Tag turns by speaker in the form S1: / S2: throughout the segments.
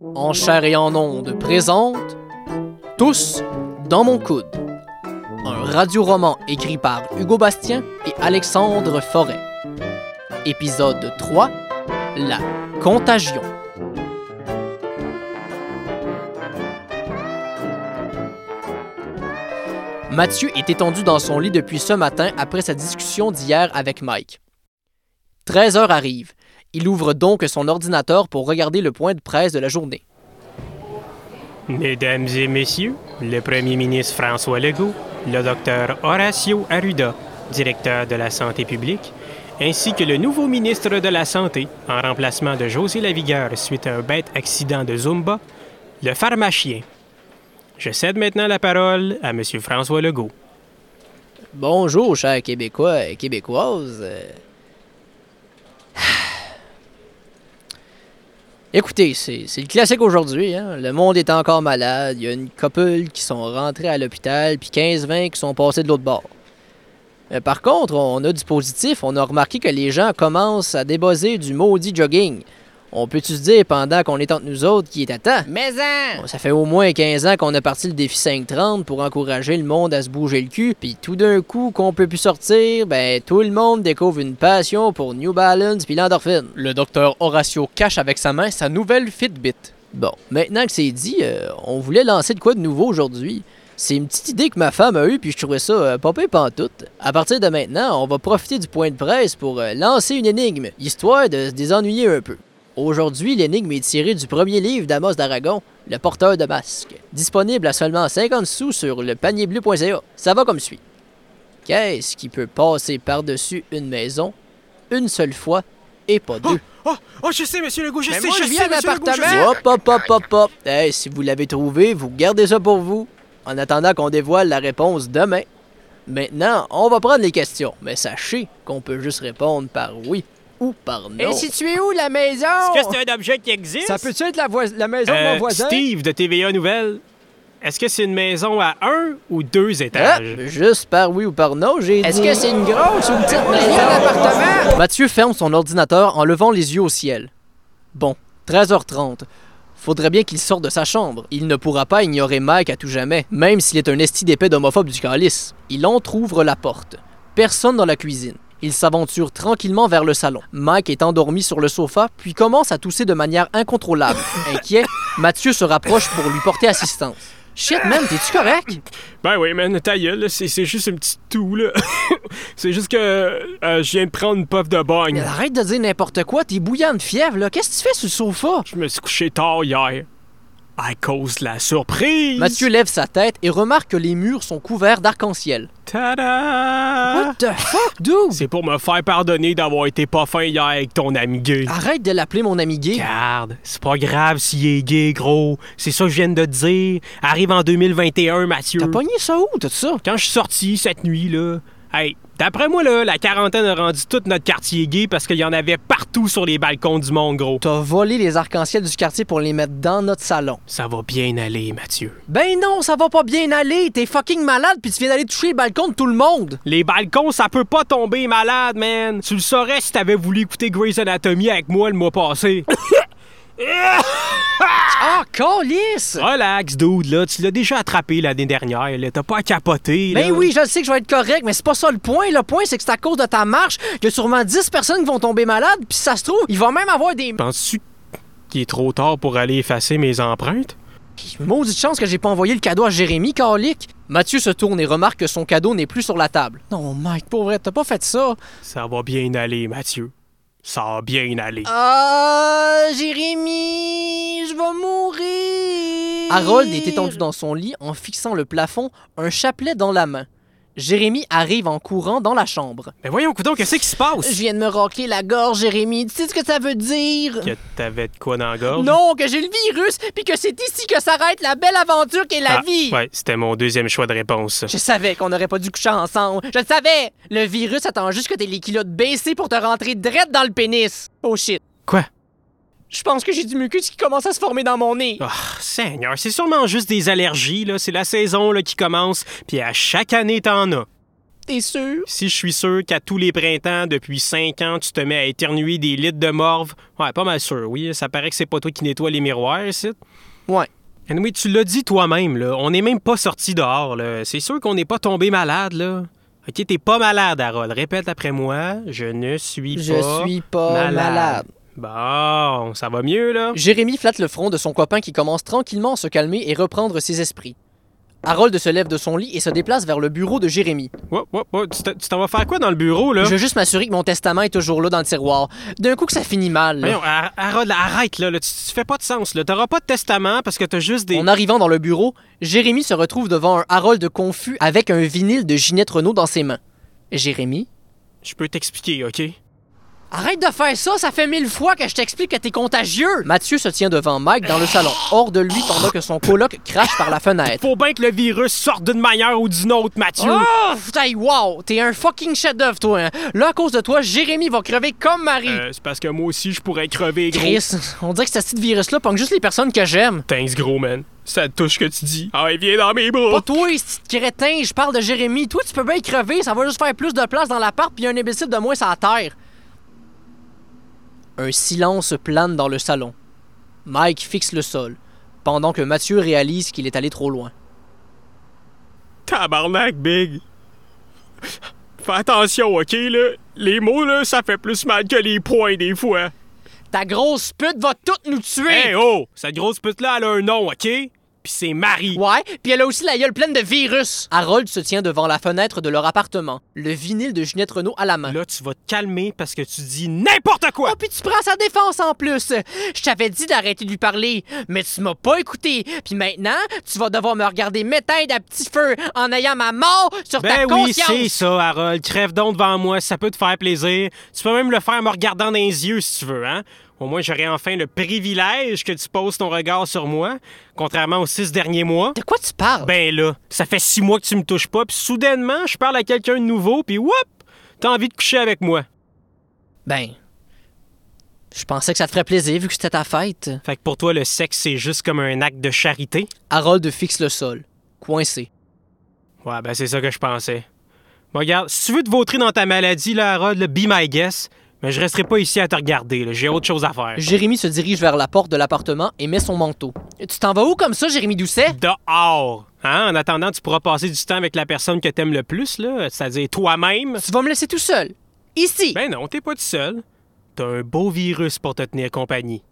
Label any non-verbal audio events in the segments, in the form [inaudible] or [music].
S1: en chair et en ondes, présente Tous dans mon coude. Un radioroman écrit par Hugo Bastien et Alexandre Forêt. Épisode 3 La contagion. Mathieu est étendu dans son lit depuis ce matin après sa discussion d'hier avec Mike. 13 heures arrive. Il ouvre donc son ordinateur pour regarder le point de presse de la journée.
S2: Mesdames et messieurs, le premier ministre François Legault, le docteur Horacio Arruda, directeur de la santé publique, ainsi que le nouveau ministre de la Santé, en remplacement de José Lavigueur suite à un bête accident de Zumba, le pharmacien. Je cède maintenant la parole à Monsieur François Legault.
S1: Bonjour, chers Québécois et Québécoises. [sighs] Euh, Écoutez, c'est c'est le classique aujourd'hui. hein. Le monde est encore malade. Il y a une couple qui sont rentrés à l'hôpital, puis 15-20 qui sont passés de l'autre bord. Euh, par contre, on a du positif. On a remarqué que les gens commencent à débosser du maudit jogging. On peut-tu se dire, pendant qu'on est entre nous autres, qui est à temps?
S3: Maison!
S1: Bon, Ça fait au moins 15 ans qu'on a parti le défi 530 pour encourager le monde à se bouger le cul, puis tout d'un coup qu'on peut plus sortir, ben tout le monde découvre une passion pour New Balance puis l'endorphine.
S4: Le docteur Horatio cache avec sa main sa nouvelle Fitbit.
S1: Bon, maintenant que c'est dit, euh, on voulait lancer de quoi de nouveau aujourd'hui. C'est une petite idée que ma femme a eue, puis je trouvais ça euh, pas pire pantoute. À partir de maintenant, on va profiter du point de presse pour euh, lancer une énigme, histoire de se désennuyer un peu. Aujourd'hui, l'énigme est tirée du premier livre d'Amos d'Aragon, Le porteur de masque, disponible à seulement 50 sous sur le panierbleu.ca. Ça va comme suit. Qu'est-ce qui peut passer par-dessus une maison une seule fois et pas deux?
S5: Oh, oh, je sais, monsieur Legault, je
S3: Mais
S5: sais,
S3: moi,
S5: je
S3: je viens
S5: sais,
S3: de
S5: monsieur Legault, je
S3: l'appartement.
S5: sais.
S1: Hop, hop, hop, hop, hop. Hey, si vous l'avez trouvé, vous gardez ça pour vous. En attendant qu'on dévoile la réponse demain. Maintenant, on va prendre les questions, mais sachez qu'on peut juste répondre par oui ou par non.
S3: Et située où la maison?
S2: Est-ce que c'est un objet qui existe?
S6: Ça peut-tu être la, vois- la maison de mon
S2: Euh,
S6: voisin?
S2: Steve de TVA Nouvelle, est-ce que c'est une maison à un ou deux
S1: Ah,
S5: Euh,
S2: étages?
S1: juste par oui ou par non, j'ai
S3: Est-ce
S1: dit-
S3: que c'est une grosse ou une petite maison d'appartement?
S1: Mathieu ferme son ordinateur en levant les yeux au ciel. Bon, 13h30. Faudrait bien qu'il sorte de sa chambre. Il ne pourra pas ignorer Mike à tout jamais, même s'il est un esti d'épée d'homophobe du calice. Il entr'ouvre la porte. Personne dans la cuisine. Il s'aventure tranquillement vers le salon. Mike est endormi sur le sofa, puis commence à tousser de manière incontrôlable. Inquiet, Mathieu se rapproche pour lui porter assistance. Shit, man, t'es-tu correct?
S2: Ben oui, man, ta gueule, là, c'est c'est juste un petit tout, là. [laughs] c'est juste que euh, je viens de prendre une puff de
S1: Mais
S2: bagne.
S1: Arrête de dire n'importe quoi, t'es bouillant de fièvre, là. Qu'est-ce que tu fais sur le sofa?
S2: Je me suis couché tard hier. À cause de la surprise!
S1: Mathieu lève sa tête et remarque que les murs sont couverts d'arc-en-ciel.
S2: Tada!
S1: What the fuck, dude?
S2: C'est pour me faire pardonner d'avoir été pas fin hier avec ton ami gay.
S1: Arrête de l'appeler mon ami gay.
S2: Regarde, c'est pas grave s'il est gay, gros. C'est ça que je viens de te dire. Arrive en 2021, Mathieu.
S1: T'as pogné ça où, tout ça?
S2: Quand je suis sorti cette nuit, là, hey, d'après moi, là, la quarantaine a rendu tout notre quartier gay parce qu'il y en avait partout sur les balcons du monde, gros.
S1: T'as volé les arcs-en-ciel du quartier pour les mettre dans notre salon.
S2: Ça va bien aller, Mathieu.
S1: Ben non, ça va pas bien aller. T'es fucking malade puis tu viens d'aller toucher les balcons de tout le monde.
S2: Les balcons, ça peut pas tomber malade, man. Tu le saurais si t'avais voulu écouter Grey's Anatomy avec moi le
S1: [laughs]
S2: mois passé.
S1: Ah, calice!
S2: Relax, dude, là. Tu l'as déjà attrapé l'année dernière, là. T'as pas à capoter, là.
S1: Ben oui, je le sais que je vais être correct, mais c'est pas ça le point. Le point, c'est que c'est à cause de ta marche qu'il y a sûrement 10 personnes qui vont tomber malades, puis si ça se trouve, il va même avoir des...
S2: Penses-tu qu'il est trop tard pour aller effacer mes empreintes?
S1: Maudite chance que j'ai pas envoyé le cadeau à Jérémy, calique. Mathieu se tourne et remarque que son cadeau n'est plus sur la table. Non, Mike, pour vrai, t'as pas fait ça.
S2: Ça va bien aller, Mathieu. Ça va bien aller.
S1: Ah, Jérémy, je vais mourir. Harold est étendu dans son lit en fixant le plafond, un chapelet dans la main. Jérémy arrive en courant dans la chambre.
S2: Mais Ben voyons, coudonc, qu'est-ce qui se passe?
S1: Je viens de me racler la gorge, Jérémy. Tu sais ce que ça veut dire?
S2: Que t'avais de quoi dans la gorge?
S1: Non, que j'ai le virus, puis que c'est ici que s'arrête la belle aventure qu'est la
S2: Ah,
S1: vie.
S2: Ouais, c'était mon deuxième choix de réponse.
S1: Je savais qu'on n'aurait pas dû coucher ensemble. Je le savais. Le virus attend juste que t'aies les kilos de baissés pour te rentrer drette dans le pénis. Oh shit.
S2: Quoi?
S1: Je pense que j'ai du mucus qui commence à se former dans mon nez.
S2: Ah, Seigneur, c'est sûrement juste des allergies, là. C'est la saison là, qui commence, puis à chaque année, t'en as.
S7: T'es sûr?
S2: Si je suis sûr qu'à tous les printemps, depuis cinq ans, tu te mets à éternuer des litres de morve, ouais, pas mal sûr, oui. Ça paraît que c'est pas toi qui nettoies les miroirs, ici.
S7: Ouais.
S2: Anyway, tu l'as dit toi-même, là. On n'est même pas sorti dehors, là. C'est sûr qu'on n'est pas tombé malade, là. OK, t'es pas malade, Harold. Répète après moi. Je ne suis
S7: Je
S2: pas.
S7: suis pas
S2: malade.
S7: malade.
S2: Bon, ça va mieux, là.
S1: Jérémy flatte le front de son copain qui commence tranquillement à se calmer et reprendre ses esprits. Harold se lève de son lit et se déplace vers le bureau de Jérémy.
S2: Wop, wop, wop. Tu te- tu t'en vas faire quoi dans le bureau, là?
S1: Je veux juste m'assurer que mon testament est toujours là dans le tiroir. D'un coup que ça finit mal. là.
S2: Voyons, Har- Harold, arrête, là. là. Tu, tu fais pas de sens, là. T'auras pas de testament parce que t'as juste des.
S1: En arrivant dans le bureau, Jérémy se retrouve devant un Harold confus avec un vinyle de Ginette Renault dans ses mains. Jérémy
S2: Je peux t'expliquer, OK?
S1: Arrête de faire ça, ça fait mille fois que je t'explique que t'es contagieux Mathieu se tient devant Mike dans le salon, hors de lui pendant que son coloc crache par la fenêtre.
S2: Faut bien que le virus sorte d'une manière ou d'une autre, Mathieu.
S1: Oh, putain, wow, t'es un fucking chef-d'œuvre, toi. hein. Là, à cause de toi, Jérémy va crever comme Marie.
S2: Euh, c'est parce que moi aussi, je pourrais crever, gros.
S1: Chris, on dirait que ce petit virus-là pogne juste les personnes que j'aime.
S2: Thanks, gros man. Ça te touche que tu dis. Ah, il vient dans mes
S1: Pas
S2: bras.
S1: toi, ce petit crétin, je parle de Jérémy. Toi, tu peux bien y crever, ça va juste faire plus de place dans l'appart puis un imbécile de moins sur la terre. Un silence plane dans le salon. Mike fixe le sol, pendant que Mathieu réalise qu'il est allé trop loin.
S2: Tabarnak, big. Fais attention, OK, là. Les mots, là, ça fait plus mal que les points, des fois.
S1: Ta grosse pute va toutes nous tuer!
S2: Hey, oh! Cette grosse pute-là, elle a un nom, OK? Puis c'est Marie.
S1: Ouais, puis elle a aussi la gueule pleine de virus! Harold se tient devant la fenêtre de leur appartement, le vinyle de Ginette Renault à la main.
S2: Là, tu vas te calmer parce que tu dis n'importe quoi.
S1: Oh, puis tu prends sa défense en plus. Je t'avais dit d'arrêter de lui parler, mais tu m'as pas écouté. Puis maintenant, tu vas devoir me regarder m'éteindre à petit feu en ayant ma mort sur ta
S2: Ben oui,
S1: conscience.
S2: c'est ça, Harold. Crève donc devant moi, ça peut te faire plaisir. Tu peux même le faire en me regardant dans les yeux si tu veux, hein? Au moins, j'aurai enfin le privilège que tu poses ton regard sur moi, contrairement aux six derniers mois.
S1: De quoi tu parles?
S2: Ben là, ça fait six mois que tu me touches pas, puis soudainement, je parle à quelqu'un de nouveau, puis whoop! T'as envie de coucher avec moi.
S1: Ben, je pensais que ça te ferait plaisir vu que c'était ta fête.
S2: Fait que pour toi, le sexe, c'est juste comme un acte de charité?
S1: Harold fixe le sol, coincé.
S2: Ouais, ben c'est ça que je pensais. Bon, regarde, si tu veux te vautrer dans ta maladie, là, Harold, là, be my guest, mais je resterai pas ici à te regarder, là. J'ai autre chose à faire.
S1: Jérémy se dirige vers la porte de l'appartement et met son manteau. Tu t'en vas où comme ça, Jérémy Doucet?
S2: dehors. Hein? En attendant, tu pourras passer du temps avec la personne que t'aimes le plus, là, c'est-à-dire toi-même.
S1: Tu vas me laisser tout seul. Ici.
S2: Ben non, t'es pas tout seul. T'as un beau virus pour te tenir compagnie.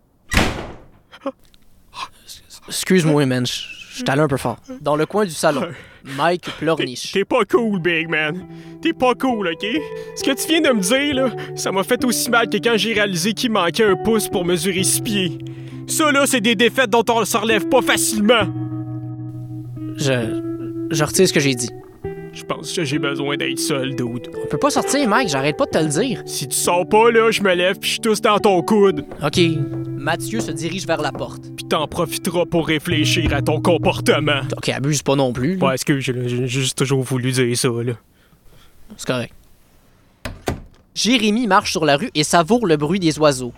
S1: Excuse-moi, man, je je t'allais un peu fort. Dans le coin du salon,
S2: [laughs]
S1: Mike pleurniche.
S2: T'es pas cool, Big Man. T'es pas cool, OK? Ce que tu viens de me dire, là, ça m'a fait aussi mal que quand j'ai réalisé qu'il manquait un pouce pour mesurer six pieds. Ça, là, c'est des défaites dont on se relève pas facilement.
S1: Je. Je retire ce que j'ai dit.
S2: Je pense que j'ai besoin d'être seul, dude.
S1: On peut pas sortir, Mike, j'arrête pas de te le dire.
S2: Si tu sors pas, là, je me lève pis je tousse dans ton coude.
S1: OK. Mathieu se dirige vers la porte.
S2: Pis t'en profiteras pour réfléchir à ton comportement.
S1: OK, abuse pas non plus. là.
S2: Ouais, excuse, j'ai j'ai juste toujours voulu dire ça, là.
S1: C'est correct. Jérémy marche sur la rue et savoure le bruit des oiseaux.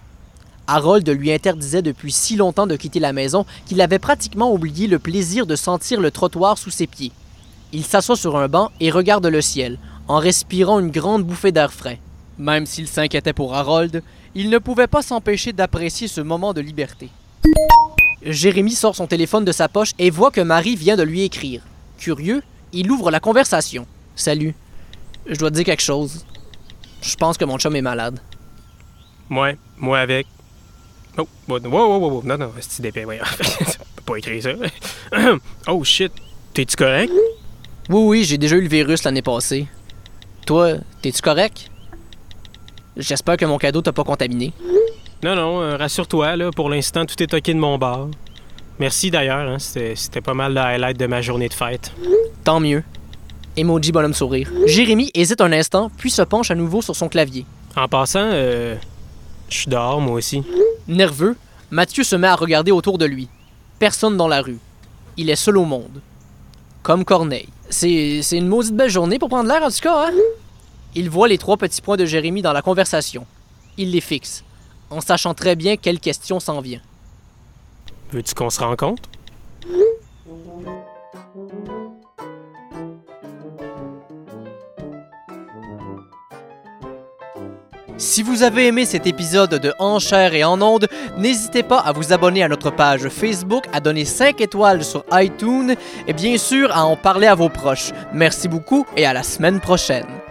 S1: Harold lui interdisait depuis si longtemps de quitter la maison qu'il avait pratiquement oublié le plaisir de sentir le trottoir sous ses pieds. Il s'assoit sur un banc et regarde le ciel, en respirant une grande bouffée d'air frais. Même s'il s'inquiétait pour Harold, il ne pouvait pas s'empêcher d'apprécier ce moment de liberté. Jérémy sort son téléphone de sa poche et voit que Marie vient de lui écrire. Curieux, il ouvre la conversation. Salut. Je dois te dire quelque chose. Je pense que mon chum est malade.
S2: Ouais, moi avec. Oh, wow, wow, wow, wow, non, non, c'est d'épée, voyons. [laughs] Je peux pas écrire ça. [clears throat] oh shit, t'es-tu correct?
S1: Oui, oui, j'ai déjà eu le virus l'année passée. Toi, t'es-tu correct? J'espère que mon cadeau t'a pas contaminé.
S2: Non, non, euh, rassure-toi, là, pour l'instant, tout est ok de mon bord. Merci d'ailleurs, hein, c'était c'était pas mal le highlight de ma journée de fête.
S1: Tant mieux. Emoji bonhomme sourire. Jérémy hésite un instant, puis se penche à nouveau sur son clavier.
S2: En passant, euh, je suis dehors, moi aussi.
S1: Nerveux, Mathieu se met à regarder autour de lui. Personne dans la rue. Il est seul au monde. Comme Corneille. C'est c'est une maudite belle journée pour prendre l'air, en tout cas, hein? Il voit les trois petits points de Jérémy dans la conversation. Il les fixe, en sachant très bien quelle question s'en vient.
S2: Veux-tu qu'on se rencontre?
S1: Si vous avez aimé cet épisode de En chair et en ondes, n'hésitez pas à vous abonner à notre page Facebook, à donner 5 étoiles sur iTunes et bien sûr à en parler à vos proches. Merci beaucoup et à la semaine prochaine.